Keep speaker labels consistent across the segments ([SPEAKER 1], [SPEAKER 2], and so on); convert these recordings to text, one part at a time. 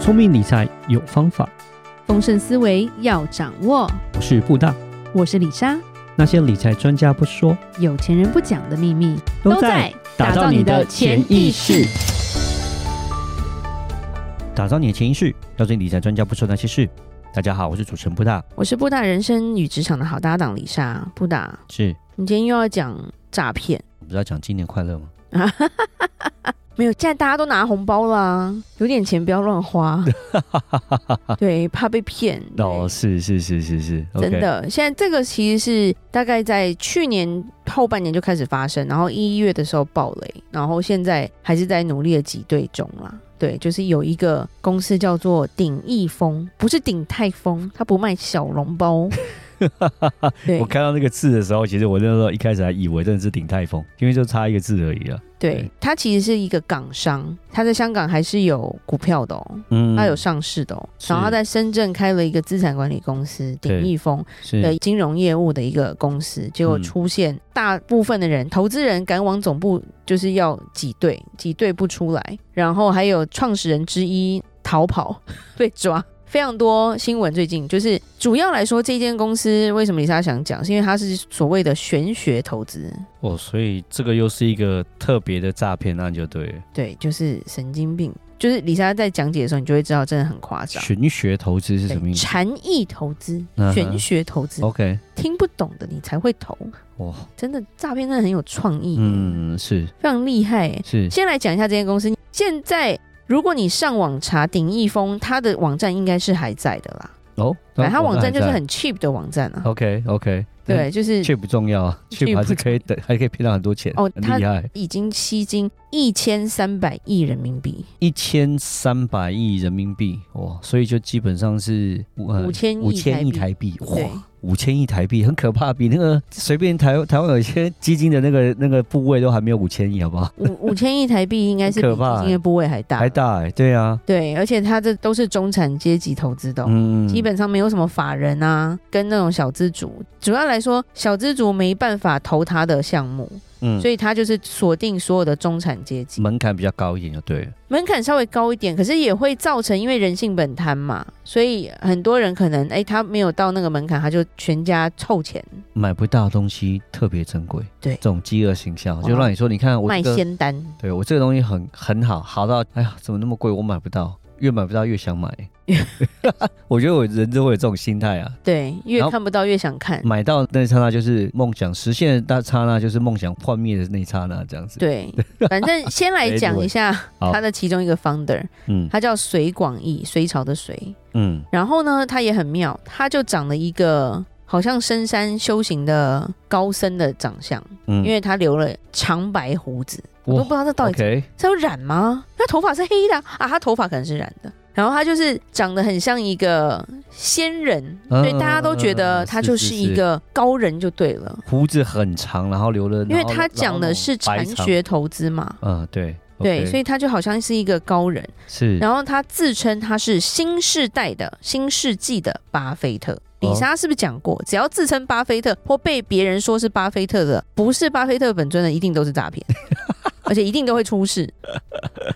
[SPEAKER 1] 聪明理财有方法，
[SPEAKER 2] 丰盛思维要掌握。
[SPEAKER 1] 我是布大。
[SPEAKER 2] 我是李莎，
[SPEAKER 1] 那些理财专家不说，
[SPEAKER 2] 有钱人不讲的秘密
[SPEAKER 1] 打造你的潜意识。。打造你的潜意识，了解理财专家不说那些事。大家好，我是主持人布大，
[SPEAKER 2] 我是布达人生与职场的好搭档李莎。布达，
[SPEAKER 1] 是
[SPEAKER 2] 你今天又要讲诈骗？
[SPEAKER 1] 我不是要讲新年快乐吗？
[SPEAKER 2] 没有，现在大家都拿红包啦，有点钱不要乱 花，对，怕被骗。对
[SPEAKER 1] 哦，是是是是是，
[SPEAKER 2] 真
[SPEAKER 1] OK
[SPEAKER 2] 的，现在这个其实是大概在去年后半年就开始发生，然后一月的时候爆雷，然后现在还是在努力的挤兑中啦。对，就是有一个公司叫做鼎益丰，不是鼎泰丰，它不卖小笼 包。对
[SPEAKER 1] 我看到那个字的时候，其实我那时候一开始还以为真的是顶泰丰，因为就差一个字而已啊了。
[SPEAKER 2] 对
[SPEAKER 1] 对，
[SPEAKER 2] 它其实是一个港商，它在香港还是有股票的哦，
[SPEAKER 1] 嗯
[SPEAKER 2] 它有上市的哦，然后它
[SPEAKER 1] 是
[SPEAKER 2] 在深圳开了一个资产管理公司鼎
[SPEAKER 1] 对
[SPEAKER 2] 益丰，的
[SPEAKER 1] 是
[SPEAKER 2] 金融业务的一个公司，结果
[SPEAKER 1] 嗯
[SPEAKER 2] 出现大部分的人，投资人赶往总部就是要挤兑，挤兑不出来，然后还有创始人之一逃跑被抓。 非常多新闻，最近就是主要来说，这间公司为什么李莎想讲，是因为它是所谓的玄学投资，
[SPEAKER 1] 哦，所以这个又是一个特别的诈骗案，就对了。
[SPEAKER 2] 对，就是神经病。就是李莎在讲解的时候，你就会知道真的很夸张。
[SPEAKER 1] 玄学投资是
[SPEAKER 2] 对
[SPEAKER 1] 什么意思
[SPEAKER 2] 禅意投资、
[SPEAKER 1] 嗯哼
[SPEAKER 2] 玄学投资，
[SPEAKER 1] ？OK，
[SPEAKER 2] 听不懂的你才会投。
[SPEAKER 1] 哇，
[SPEAKER 2] 真的诈骗真的很有创意，嗯，
[SPEAKER 1] 嗯，是
[SPEAKER 2] 非常厉害耶。
[SPEAKER 1] 是，
[SPEAKER 2] 先来讲一下这间公司，现在如果你上网查鼎益丰，它的网站应该是还在的啦，
[SPEAKER 1] 哦，
[SPEAKER 2] 反正它网站就是
[SPEAKER 1] 还在哦嗯
[SPEAKER 2] 很 cheap 的网站啊，
[SPEAKER 1] OK OK，
[SPEAKER 2] 对，就是
[SPEAKER 1] 却不重要 啊，
[SPEAKER 2] 却
[SPEAKER 1] 却还是
[SPEAKER 2] 不
[SPEAKER 1] 可以等，还可以骗到很多钱，
[SPEAKER 2] 哦
[SPEAKER 1] 很
[SPEAKER 2] 他
[SPEAKER 1] 厉害，
[SPEAKER 2] 已经吸金一千三百亿人民币，
[SPEAKER 1] 一千三百亿人民币哇，所以就基本上是五呃
[SPEAKER 2] 5000亿
[SPEAKER 1] 五千亿
[SPEAKER 2] 台
[SPEAKER 1] 台币
[SPEAKER 2] 对
[SPEAKER 1] 哇。五千亿台币很可怕，比那个随便台台湾有一些基金的那个那个部位都还没有五千亿，好不好？
[SPEAKER 2] 五五千亿台币应 该是比
[SPEAKER 1] 很可怕
[SPEAKER 2] 基金的部位还大，
[SPEAKER 1] 还。大哎、对啊，
[SPEAKER 2] 对，而且它这都是中产阶级投资的哦、
[SPEAKER 1] 嗯
[SPEAKER 2] 基本上没有什么法人啊，跟那种小资主。主要来说，小资主没办法投他的项目，
[SPEAKER 1] 嗯
[SPEAKER 2] 所以他就是锁定所有的中产阶级。
[SPEAKER 1] 门槛比较高一点就对了，
[SPEAKER 2] 门槛稍微高一点，可是也会造成因为人性本贪嘛，所以很多人可能哎、诶他没有到那个门槛，他就全家凑钱
[SPEAKER 1] 买不到的东西特别珍贵，
[SPEAKER 2] 对
[SPEAKER 1] 这种饥饿行销
[SPEAKER 2] 哇
[SPEAKER 1] 就让你说，你看我
[SPEAKER 2] 卖
[SPEAKER 1] 这个
[SPEAKER 2] 仙丹，
[SPEAKER 1] 对我这个东西很很好，好到哎呀，怎么那么贵？我买不到，越买不到越想 买。 我觉得我人就会有这种心态啊，
[SPEAKER 2] 对，越
[SPEAKER 1] 然后
[SPEAKER 2] 看不到越 想看，
[SPEAKER 1] 买到那一刹那就是梦想，实现的那刹那就是梦想幻灭的那一刹那，这样子。，
[SPEAKER 2] 对，反正先来讲一下
[SPEAKER 1] 好
[SPEAKER 2] 他的其中一个 founder，
[SPEAKER 1] 嗯
[SPEAKER 2] 他叫隋广义，隋朝的隋，
[SPEAKER 1] 嗯，
[SPEAKER 2] 然后呢，他也很妙，他就长了一个好像深山修行的高僧的长相，
[SPEAKER 1] 嗯
[SPEAKER 2] 因为他留了长白胡子，我都
[SPEAKER 1] 哇
[SPEAKER 2] 不知道这到底
[SPEAKER 1] OK，
[SPEAKER 2] 他有染吗？他头发是黑的啊啊，他头发可能是染的。然后他就是长得很像一个仙人，
[SPEAKER 1] 嗯
[SPEAKER 2] 所以大家都觉得他就是一个高人就对了，
[SPEAKER 1] 胡子很长，然后留了，
[SPEAKER 2] 因为
[SPEAKER 1] 然后
[SPEAKER 2] 他讲的是禅，
[SPEAKER 1] 然后白
[SPEAKER 2] 学投资嘛。
[SPEAKER 1] 长嗯，对
[SPEAKER 2] 对，所
[SPEAKER 1] 以
[SPEAKER 2] 以他就好像是一个高人，
[SPEAKER 1] 是
[SPEAKER 2] 然后他自称他是新世代的新世纪的巴菲
[SPEAKER 1] 哦
[SPEAKER 2] 特。李莎是不是讲过，只要自称巴菲特或被别人说是巴菲特的，不是巴菲特本尊的，一定都是 诈骗，而且一定都会出事，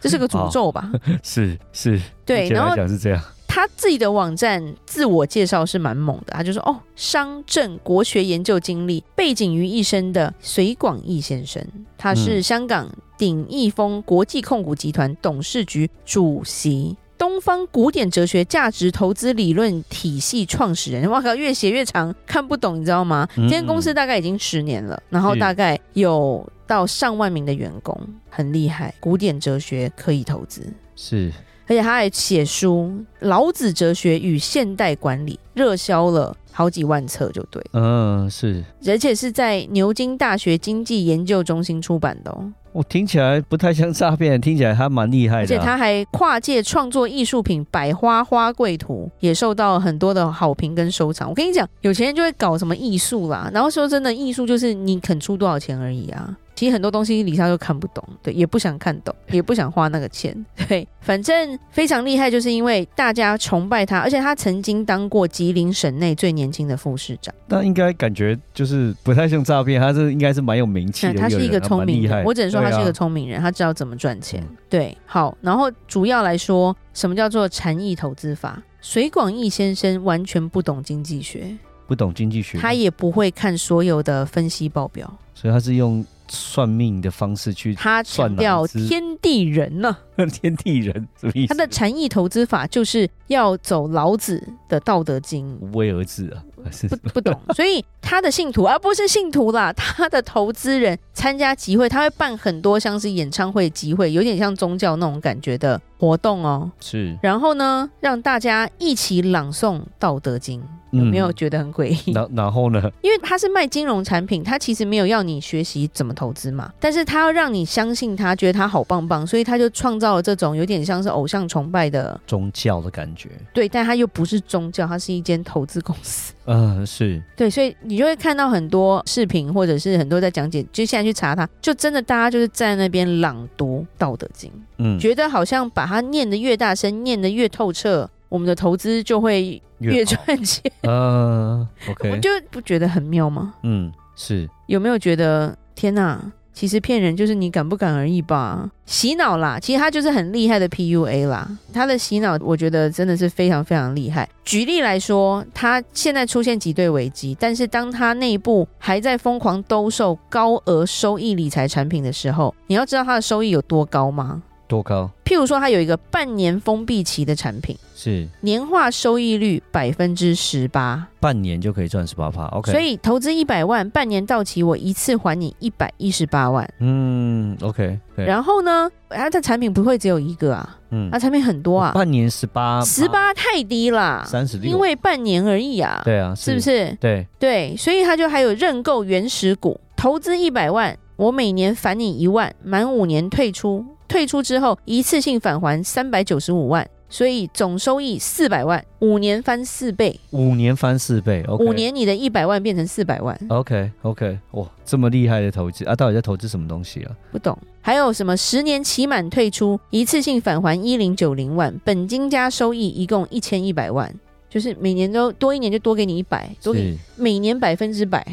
[SPEAKER 2] 这是个
[SPEAKER 1] 哦
[SPEAKER 2] 诅咒吧？
[SPEAKER 1] 是是，
[SPEAKER 2] 对，
[SPEAKER 1] 目前
[SPEAKER 2] 然后
[SPEAKER 1] 来讲是这样，
[SPEAKER 2] 他自己的网站自我介绍是蛮猛的，他就说哦，商政国学研究经历，背景于一身的隋广义先生，他是
[SPEAKER 1] 嗯
[SPEAKER 2] 香港鼎益丰国际控股集团董事局主席。东方古典哲学价值投资理论体系创始人，哇靠，越写越长，看不懂，你知道吗？
[SPEAKER 1] 嗯
[SPEAKER 2] 这间公司大概已经十年了，然后
[SPEAKER 1] 是
[SPEAKER 2] 大概有到上万名的员工，很厉害。古典哲学可以投资，
[SPEAKER 1] 是
[SPEAKER 2] 而且他还写书《老子哲学与现代管理》，热销了好几万册，就对了，
[SPEAKER 1] 嗯是，
[SPEAKER 2] 而且是在牛津大学经济研究中心出版的哦。
[SPEAKER 1] 我听起来不太像诈骗，听起来还蛮厉害的啊，
[SPEAKER 2] 而且他还跨界创作艺术品《百花花贵图》，也受到很多的好评跟收藏。我跟你讲，有钱人就会搞什么艺术啦，然后说真的，艺术就是你肯出多少钱而已啊。其实很多东西李莎都看不懂，对，也不想看懂，也不想花那个钱，对，反正非常厉害，就是因为大家崇拜他，而且他曾经当过吉林省内最年轻的副市长。
[SPEAKER 1] 那应该感觉就是不太像诈骗，他是应该是蛮有名气的
[SPEAKER 2] 嗯，
[SPEAKER 1] 人啊，
[SPEAKER 2] 他是一个聪
[SPEAKER 1] 蛮
[SPEAKER 2] 明
[SPEAKER 1] 厉
[SPEAKER 2] 人
[SPEAKER 1] 害，
[SPEAKER 2] 我只能说他是一个
[SPEAKER 1] 对啊
[SPEAKER 2] 聪明人，他知道怎么赚钱
[SPEAKER 1] 嗯。
[SPEAKER 2] 对，好，然后主要来说，什么叫做禅意投资法？水广义先生完全不懂经济学，
[SPEAKER 1] 不懂经济学，
[SPEAKER 2] 他也不会看所有的分析报表，
[SPEAKER 1] 所以他是用算命的方式去
[SPEAKER 2] 他强调
[SPEAKER 1] 算哪一支
[SPEAKER 2] 天地人呢、
[SPEAKER 1] 天地人，什么意思？
[SPEAKER 2] 他的禅意投资法就是要走老子的《道德经》。
[SPEAKER 1] 无为而治啊，还是
[SPEAKER 2] 不不懂，所以他的信徒，而、不是信徒啦， 他的投资人参加集会，他会办很多像是演唱会、集会，有点像宗教那种感觉的活动哦。
[SPEAKER 1] 是
[SPEAKER 2] 然后呢，让大家一起朗诵《道德经》，有没有
[SPEAKER 1] 嗯
[SPEAKER 2] 觉得很诡异？
[SPEAKER 1] 然然后呢？
[SPEAKER 2] 因为他是卖金融产品，他其实没有要你学习怎么投资嘛，但是他要让你相信他，觉得他好棒棒，所以他就创造了这种有点像是偶像崇拜的，
[SPEAKER 1] 宗教的感觉，
[SPEAKER 2] 对，但他又不是宗教，他是一间投资公司。
[SPEAKER 1] 嗯、是
[SPEAKER 2] 对，所以你就会看到很多视频，或者是很多在讲解，就现在去查它，就真的大家就是在那边朗读《道德经》，
[SPEAKER 1] 嗯，
[SPEAKER 2] 觉得好像把它念得越大声，念得越透彻，我们的投资就会越
[SPEAKER 1] 好
[SPEAKER 2] 赚钱，
[SPEAKER 1] 嗯
[SPEAKER 2] 我
[SPEAKER 1] ，OK，
[SPEAKER 2] 就不觉得很妙吗？
[SPEAKER 1] 嗯，是
[SPEAKER 2] 有没有觉得天哪？其实骗人就是你敢不敢而已吧，洗脑啦，其实他就是很厉害的 PUA 啦，他的洗脑我觉得真的是非常非常厉害。举例来说，他现在出现挤兑危机，但是当他内部还在疯狂兜售高额收益理财产品的时候，你要知道他的收益有多高吗？
[SPEAKER 1] 多高？
[SPEAKER 2] 譬如说，他有一个半年封闭期的产品，
[SPEAKER 1] 是
[SPEAKER 2] 年化收益率百分之十八，
[SPEAKER 1] 半年就可以赚十八趴，OK，
[SPEAKER 2] 所以投资一百万，半年到期我一次还你一百一十八万。
[SPEAKER 1] 嗯，OK，对，
[SPEAKER 2] 然后呢，它的产品不会只有一个啊，
[SPEAKER 1] 嗯
[SPEAKER 2] 它，产品很多啊，
[SPEAKER 1] 半年十八，
[SPEAKER 2] 十八太低啦，
[SPEAKER 1] 三十六，
[SPEAKER 2] 因为半年而已啊，
[SPEAKER 1] 对啊，
[SPEAKER 2] 是不？是？
[SPEAKER 1] 对，
[SPEAKER 2] 对，所以它就还有认购原始股，投资一百万，我每年返你一万，满五年退出，退出之后一次性返还三百九十五万。所以总收益四百万，五年翻四倍，
[SPEAKER 1] 五年翻四倍，OK，
[SPEAKER 2] 五年你的一百万变成四百万，
[SPEAKER 1] ，OK OK，哇，这么厉害的投资啊，到底在投资什么东西啊？
[SPEAKER 2] 不懂。还有什么十年期满退出，一次性返还一零九零万，本金加收益一共一千一百万，就是每年都多一年就多给你一百，多给
[SPEAKER 1] 是
[SPEAKER 2] 每年百分之百，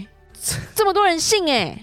[SPEAKER 2] 这么多人信哎、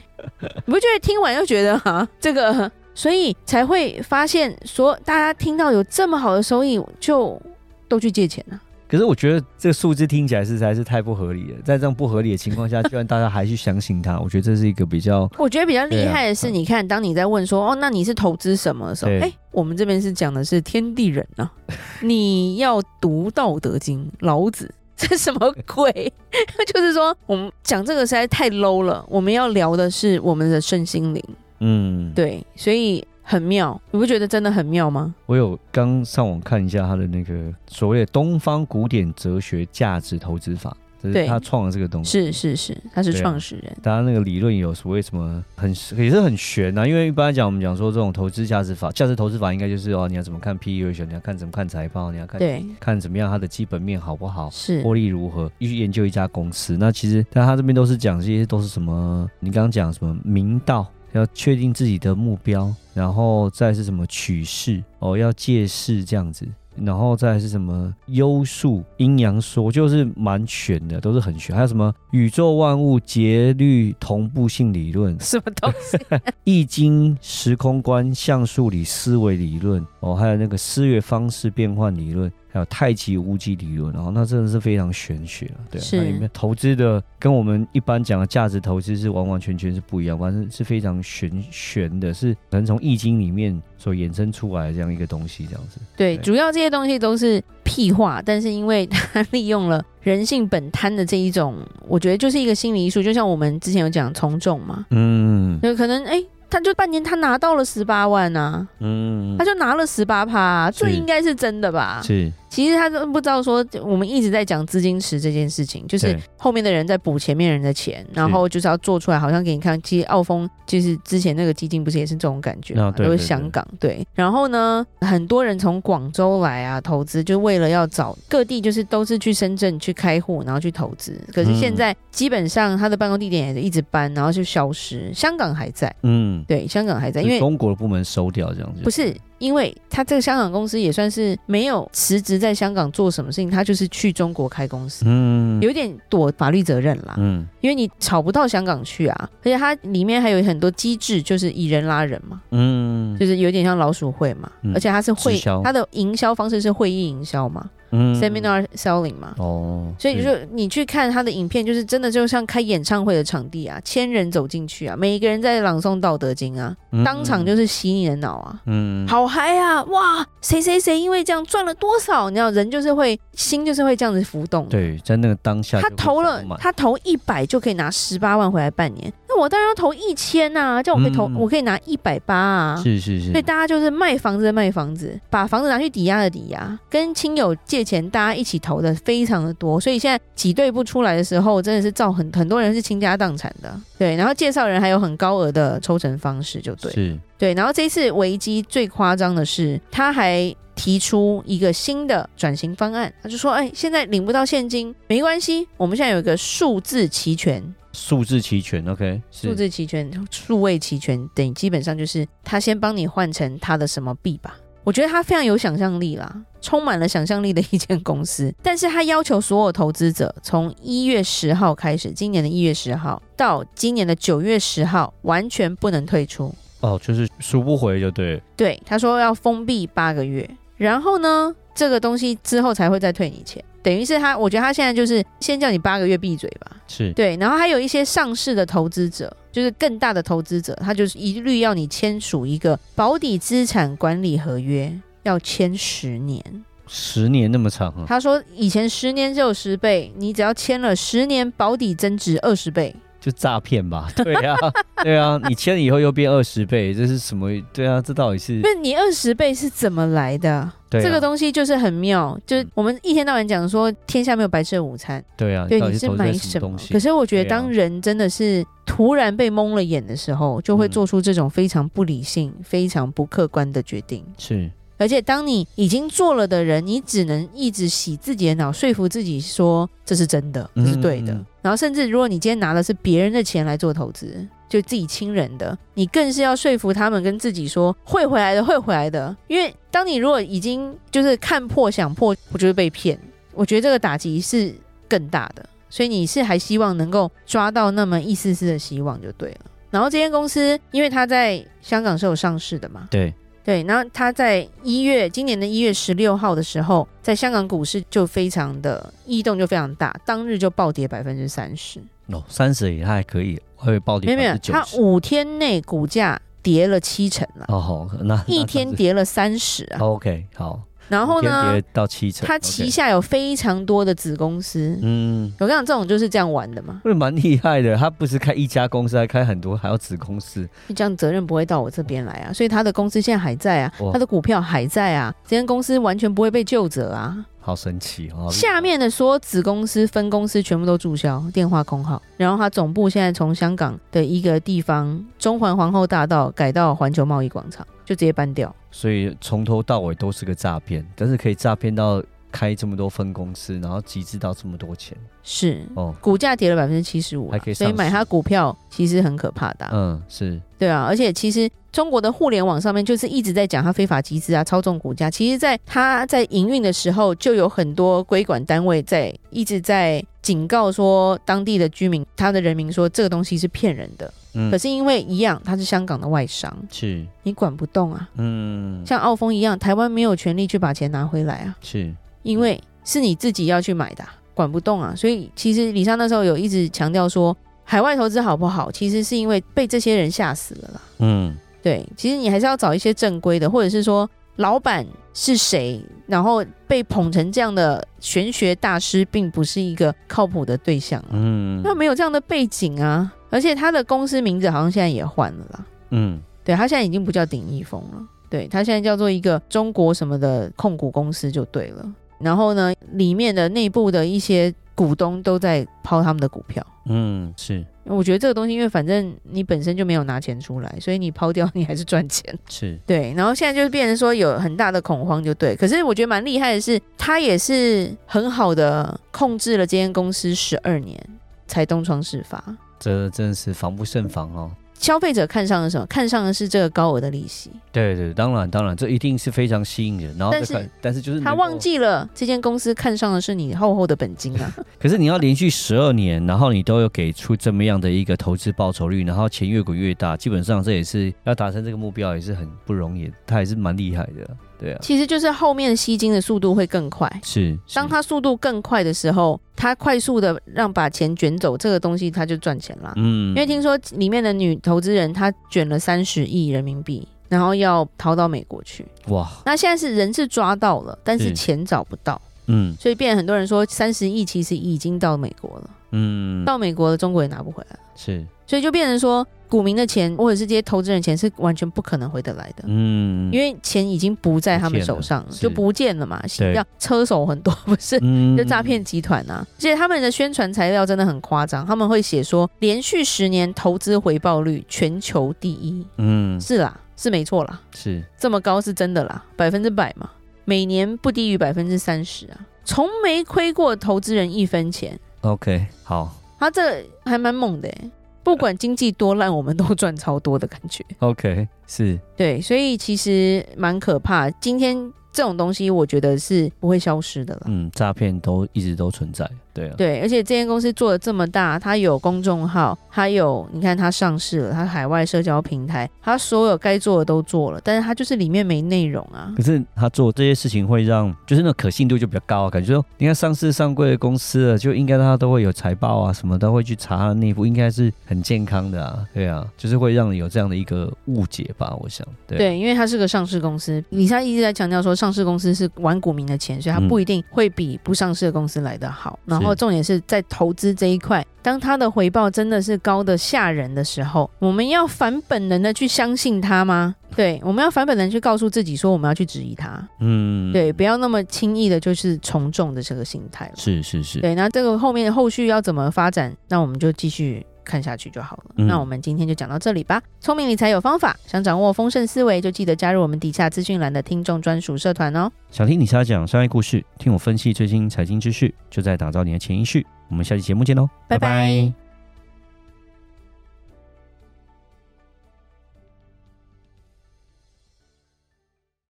[SPEAKER 2] 你不觉得听完又觉得哈、这个，所以才会发现说大家听到有这么好的收益就都去借钱了、啊
[SPEAKER 1] 可是我觉得这个数字听起来实在是太不合理了，在这样不合理的情况 下，居然大家还去相信它，我觉得这是一个比较
[SPEAKER 2] 我觉得比较厉害的是，
[SPEAKER 1] 对啊
[SPEAKER 2] 你看，当你在问说哦，那你是投资什么的时候，
[SPEAKER 1] 对
[SPEAKER 2] 哎、我们这边是讲的是天地人啊， 你要读《道德经》、老子， 这什么鬼？ 就是说，我们讲这个实在太 low 了，我们要聊的是我们的身心灵，
[SPEAKER 1] 嗯，
[SPEAKER 2] 对，所以很妙，你不觉得真的很妙吗？
[SPEAKER 1] 我有刚上网看一下他的那个所谓的东方古典哲学价值投资法，这
[SPEAKER 2] 对
[SPEAKER 1] 是他创的这个东西。
[SPEAKER 2] 是是是，他是
[SPEAKER 1] 对啊
[SPEAKER 2] 创始人，
[SPEAKER 1] 当然，那个理论有所谓什么很也是很玄啊呐、因为一般来讲，我们讲说这种投资价值法，价值投资法应该就是哦，你要怎么看 PE ratio，你要看怎么看财报，你要看
[SPEAKER 2] 对，
[SPEAKER 1] 看怎么样它的基本面好不好，
[SPEAKER 2] 是
[SPEAKER 1] 获利如何，去研究一家公司。那其实，但他这边都是讲这些都是什么？你刚刚讲什么明道，要确定自己的目标，然后再是什么取势哦，要借势这样子。然后再是什么优数阴阳说，就是蛮玄的，都是很玄。还有什么宇宙万物节律同步性理论、
[SPEAKER 2] 什么东西？
[SPEAKER 1] 易经时空观、像素理、思维理论哦，还有那个思维方式变换理论，还有太极无极理论，然、后那真的是非常玄学啊。对啊，
[SPEAKER 2] 是
[SPEAKER 1] 那里面投资的跟我们一般讲的价值投资是完完全全是不一样，完全是非常玄玄的，是可能从易经里面所衍生出来的这样一个东西，这样子。
[SPEAKER 2] 对，
[SPEAKER 1] 对
[SPEAKER 2] 主要这些东西都是屁话，但是因为他利用了人性本贪的这一种，我觉得就是一个心理艺术，就像我们之前有讲从众嘛，
[SPEAKER 1] 嗯
[SPEAKER 2] 就可能哎、他就半年他拿到了十八万啊，
[SPEAKER 1] 嗯
[SPEAKER 2] 他就拿了十八趴，这
[SPEAKER 1] 是
[SPEAKER 2] 应该是真的吧？
[SPEAKER 1] 是
[SPEAKER 2] 其实他都不知道说，我们一直在讲资金池这件事情，就是
[SPEAKER 1] 对
[SPEAKER 2] 后面的人在补前面人的钱，然后就是要做出来，好像给你看。其实澳丰就是之前那个基金不是也是这种感觉嘛
[SPEAKER 1] 啊，对
[SPEAKER 2] 都是
[SPEAKER 1] 对对
[SPEAKER 2] 香港对。然后呢，很多人从广州来啊投资，就为了要找各地，就是都是去深圳去开户，然后去投资。可是现在基本上他的办公地点也是一直搬，然后就消失。香港还在，
[SPEAKER 1] 嗯，
[SPEAKER 2] 对，香港还在，因
[SPEAKER 1] 就
[SPEAKER 2] 为
[SPEAKER 1] 中国的部门收掉这样子，
[SPEAKER 2] 不是，因为他这个香港公司也算是没有辞职在香港做什么事情，他就是去中国开公司，
[SPEAKER 1] 嗯，
[SPEAKER 2] 有点躲法律责任啦。
[SPEAKER 1] 嗯
[SPEAKER 2] 因为你炒不到香港去啊，而且它里面还有很多机制，就是以人拉人嘛，
[SPEAKER 1] 嗯
[SPEAKER 2] 就是有点像老鼠会嘛，
[SPEAKER 1] 嗯
[SPEAKER 2] 而且它是会
[SPEAKER 1] 直销
[SPEAKER 2] 它的营销方式是会议营销嘛、
[SPEAKER 1] 嗯
[SPEAKER 2] s e m i n a r selling 嘛。
[SPEAKER 1] 哦，
[SPEAKER 2] 所以你
[SPEAKER 1] 是
[SPEAKER 2] 就你去看他的影片，就是真的就像开演唱会的场地啊，千人走进去啊，每一个人在朗诵《道德经》啊，当场就是洗你的脑啊。
[SPEAKER 1] 嗯嗯，嗯，
[SPEAKER 2] 好嗨啊！哇，谁谁谁因为这样赚了多少？你知道，人就是会心就是会这样子浮动。，
[SPEAKER 1] 对，在那个当下
[SPEAKER 2] 他
[SPEAKER 1] 就会
[SPEAKER 2] 投了
[SPEAKER 1] 想买，
[SPEAKER 2] 他投一百就可以拿十八万回来半年，那我当然要投一千呐，这样我可以投，
[SPEAKER 1] 嗯
[SPEAKER 2] 我可以拿一百八啊。
[SPEAKER 1] 是是
[SPEAKER 2] 所以
[SPEAKER 1] 是，
[SPEAKER 2] 大家就是卖房子的卖房子，把房子拿去抵押的抵押，跟亲友借钱，大家一起投的非常的多。所以现在挤兑不出来的时候，真的是造很很多人是倾家荡产的。对，然后介绍人还有很高额的抽成方式，就对了。
[SPEAKER 1] 是
[SPEAKER 2] 对，然后这一次危机最夸张的是，他还提出一个新的转型方案，他就说：“哎，现在领不到现金没关系，我们现在有一个数字期权，
[SPEAKER 1] 数字齐全，OK，是
[SPEAKER 2] 数字期权、数位期权，等于基本上就是他先帮你换成他的什么币吧。”我觉得他非常有想象力啦，充满了想象力的一间公司。但是他要求所有投资者从一月十号开始，今年的一月十号到今年的九月十号，完全不能退出。
[SPEAKER 1] 哦，就是赎不回就对了，
[SPEAKER 2] 对，他说要封闭八个月，然后呢，这个东西之后才会再退你钱，等于是他，我觉得他现在就是先叫你八个月闭嘴吧。
[SPEAKER 1] 是
[SPEAKER 2] 对，然后还有一些上市的投资者，就是更大的投资者，他就是一律要你签署一个保底资产管理合约，要签十年。
[SPEAKER 1] 嗯十年那么长啊，
[SPEAKER 2] 他说以前十年只有十倍，你只要签了十年，保底增值二十倍。
[SPEAKER 1] 就诈骗吧？ 对啊，对啊，你签了以后又变二十倍，这是什么？对啊，这到底是
[SPEAKER 2] 那你二十倍是怎么来的？
[SPEAKER 1] 对啊
[SPEAKER 2] 这个东西就是很妙，就是我们一天到晚讲说天下没有白吃的午餐，
[SPEAKER 1] 对啊，
[SPEAKER 2] 对
[SPEAKER 1] 到
[SPEAKER 2] 你
[SPEAKER 1] 底
[SPEAKER 2] 是
[SPEAKER 1] 投资在
[SPEAKER 2] 买什
[SPEAKER 1] 什
[SPEAKER 2] 么
[SPEAKER 1] 东？西
[SPEAKER 2] 可？是我觉得，
[SPEAKER 1] 对啊
[SPEAKER 2] 当人真的是突然被蒙了眼的时候，就会
[SPEAKER 1] 嗯
[SPEAKER 2] 做出这种非常不理性、非常不客观的决定。
[SPEAKER 1] 是
[SPEAKER 2] 而且，当你已经做了的人，你只能一直洗自己的脑，说服自己说这是真的，这
[SPEAKER 1] 嗯
[SPEAKER 2] 是对的。
[SPEAKER 1] 嗯嗯
[SPEAKER 2] 然后，甚至如果你今天拿的是别人的钱来做投资，就自己亲人的，你更是要说服他们跟自己说会回来的，会回来的。因为当你如果已经就是看破想破，我就会被骗。我觉得这个打击是更大的，所以你是还希望能够抓到那么一丝丝的希望就对了。然后这间公司，因为它在香港是有上市的嘛，
[SPEAKER 1] 对，
[SPEAKER 2] 对，然后他在一月今年的一月十六号的时候，在香港股市就非常的异动就非常大，当日就暴跌百分之三十。
[SPEAKER 1] 哦，三十也还可以，还有暴跌
[SPEAKER 2] 没有没
[SPEAKER 1] 百
[SPEAKER 2] 有
[SPEAKER 1] 分之，九
[SPEAKER 2] 它
[SPEAKER 1] 十。
[SPEAKER 2] 五天内股价跌了七成了，
[SPEAKER 1] 哦，好，那那
[SPEAKER 2] 一
[SPEAKER 1] 这
[SPEAKER 2] 天
[SPEAKER 1] 样子
[SPEAKER 2] 跌了三十啊。
[SPEAKER 1] ，OK，好。
[SPEAKER 2] 然后
[SPEAKER 1] 啊哦五天
[SPEAKER 2] 呢
[SPEAKER 1] 跌，到七成，
[SPEAKER 2] 它
[SPEAKER 1] OK
[SPEAKER 2] 旗下有非常多的子公司。
[SPEAKER 1] 嗯，
[SPEAKER 2] 我跟你讲，这种就是这样玩的嘛，
[SPEAKER 1] 会蛮厉害的。他不是开一家公司，还开很多，还要子公司。
[SPEAKER 2] 这样责任不会到我这边来啊。所以他的公司现在还在啊
[SPEAKER 1] 哇，
[SPEAKER 2] 他的股票还在啊，这间公司完全不会被救责啊。
[SPEAKER 1] 好神奇哦！
[SPEAKER 2] 下面的所有子公司、分公司全部都注销，电话空号。然后它总部现在从香港的一个地方中环皇后大道改到环球贸易广场，就直接搬掉。
[SPEAKER 1] 所以从头到尾都是个诈骗，但是可以诈骗到开这么多分公司，然后集资到这么多钱
[SPEAKER 2] 是，
[SPEAKER 1] 哦。
[SPEAKER 2] 股价跌了百分之七十五啊
[SPEAKER 1] 还可，以
[SPEAKER 2] 所以
[SPEAKER 1] 上
[SPEAKER 2] 买
[SPEAKER 1] 市
[SPEAKER 2] 它股票其实很可怕的啊、
[SPEAKER 1] 嗯，是
[SPEAKER 2] 对啊。而且其实中国的互联网上面就是一直在讲它非法集资啊、操纵股价。其实，在它在营运的时候，就有很多规管单位在一直在警告说当地的居民、他的人民说这个东西是骗人的。
[SPEAKER 1] 嗯
[SPEAKER 2] 可是因为一样，它是香港的外商，
[SPEAKER 1] 是
[SPEAKER 2] 你管不动啊。
[SPEAKER 1] 嗯
[SPEAKER 2] 像澳丰一样，台湾没有权利去把钱拿回来啊，
[SPEAKER 1] 是
[SPEAKER 2] 因为是你自己要去买的啊、管不动啊。所以其实李莎那时候有一直强调说，海外投资好不好，其实是因为被这些人吓死了啦。
[SPEAKER 1] 嗯
[SPEAKER 2] 对，其实你还是要找一些正规的，或者是说老板是谁，然后被捧成这样的玄学大师，并不是一个靠谱的对象啊。
[SPEAKER 1] 嗯
[SPEAKER 2] 那没有这样的背景啊，而且他的公司名字好像现在也换了啦。
[SPEAKER 1] 嗯
[SPEAKER 2] 对，他现在已经不叫鼎益丰了，对他现在叫做一个中国什么的控股公司就对了。然后呢，里面的内部的一些股东都在抛他们的股票。
[SPEAKER 1] 嗯，是
[SPEAKER 2] 我觉得这个东西，因为反正你本身就没有拿钱出来，所以你抛掉 你还是赚钱。
[SPEAKER 1] 是，
[SPEAKER 2] 对，然后现在就是变成说有很大的恐慌，就对。可是我觉得蛮厉害的是，他也是很好的控制了这间公司十二年，才东窗事发。
[SPEAKER 1] 这真是防不胜防哦。
[SPEAKER 2] 消费者看上了什么？看上的是这个高额的利息，
[SPEAKER 1] 对对，当然当然，这一定是非常吸引人。然后
[SPEAKER 2] 但
[SPEAKER 1] 再看
[SPEAKER 2] 是
[SPEAKER 1] 但是就是
[SPEAKER 2] 他
[SPEAKER 1] 能
[SPEAKER 2] 忘
[SPEAKER 1] 够，
[SPEAKER 2] 记了这间公司看上的是你厚厚的本金 啊。
[SPEAKER 1] 可是你要连续十二年，然后你都有给出这么样的一个投资报酬率，然后钱越滚越大，基本上这也是要达成这个目标也是很不容易，他也是蛮厉害的，对啊，
[SPEAKER 2] 其实就是后面吸金的速度会更快。
[SPEAKER 1] 是。是
[SPEAKER 2] 当他速度更快的时候，他快速的让把钱卷走，这个东西他就赚钱啦。
[SPEAKER 1] 嗯
[SPEAKER 2] 因为听说里面的女投资人她卷了三十亿人民币，然后要逃到美国去。
[SPEAKER 1] 哇，
[SPEAKER 2] 那现在是人是抓到了，但是
[SPEAKER 1] 是
[SPEAKER 2] 钱找不到，
[SPEAKER 1] 嗯
[SPEAKER 2] 所以变很多人说三十亿其实已经到美国了，
[SPEAKER 1] 嗯，
[SPEAKER 2] 到美国了中国也拿不回来了，
[SPEAKER 1] 是
[SPEAKER 2] 所以就变成说股民的钱或者是这些投资人的钱是完全不可能回得来的。
[SPEAKER 1] 嗯，
[SPEAKER 2] 因为钱已经不在他们手上
[SPEAKER 1] 不见了，是
[SPEAKER 2] 就不见了嘛。
[SPEAKER 1] 对
[SPEAKER 2] 要车手很多，不是
[SPEAKER 1] 嗯
[SPEAKER 2] 就诈骗集团啊！而且他们的宣传材料真的很夸张，他们会写说连续十年投资回报率全球第一，
[SPEAKER 1] 嗯
[SPEAKER 2] 是啦，是没错啦，
[SPEAKER 1] 是
[SPEAKER 2] 这么高是真的啦，百分之百嘛，每年不低于百分之三十啊，从没亏过投资人一分钱，
[SPEAKER 1] OK 好
[SPEAKER 2] 他这还蛮猛的、欸，不管经济多烂，我们都赚超多的感觉。
[SPEAKER 1] OK 是
[SPEAKER 2] 对，所以其实蛮可怕。今天这种东西，我觉得是不会消失的啦。
[SPEAKER 1] 嗯，诈骗都一直都存在，对啊，
[SPEAKER 2] 对，而且这间公司做的这么大，它有公众号，它有你看它上市了，它海外社交平台，它所有该做的都做了，但是它就是里面没内容啊
[SPEAKER 1] 可。是他做这些事情会让，就是那种可信度就比较高啊，感觉说，你看上市上柜的公司了，就应该他都会有财报啊，什么都会去查它的内部，应该是很健康的啊，对啊，就是会让你有这样的一个误解吧，我想，对，
[SPEAKER 2] 对，因为它是个上市公司，李莎一直在强调说，上市公司是玩股民的钱，所以它
[SPEAKER 1] 嗯
[SPEAKER 2] 不一定会比不上市的公司来得好。然后
[SPEAKER 1] 是
[SPEAKER 2] 重点是在投资这一块，当它的回报真的是高的吓人的时候，我们要反本能的去相信它吗？对，我们要反本能去告诉自己说，我们要去质疑它，
[SPEAKER 1] 嗯，，
[SPEAKER 2] 对，不要那么轻易的就是从众的这个心态了。
[SPEAKER 1] 是是是，
[SPEAKER 2] 对，那这个后面后续要怎么发展，那我们就继续看下去就好了。
[SPEAKER 1] 嗯
[SPEAKER 2] 那我们今天就讲到这里吧。聪明理财有方法，想掌握丰盛思维，就记得加入我们底下资讯栏的听众专属社团哦。
[SPEAKER 1] 想听你瞎讲商业故事，听我分析最新财经知识，就在打造你的潜意识，我们下期节目见喽，
[SPEAKER 2] 拜拜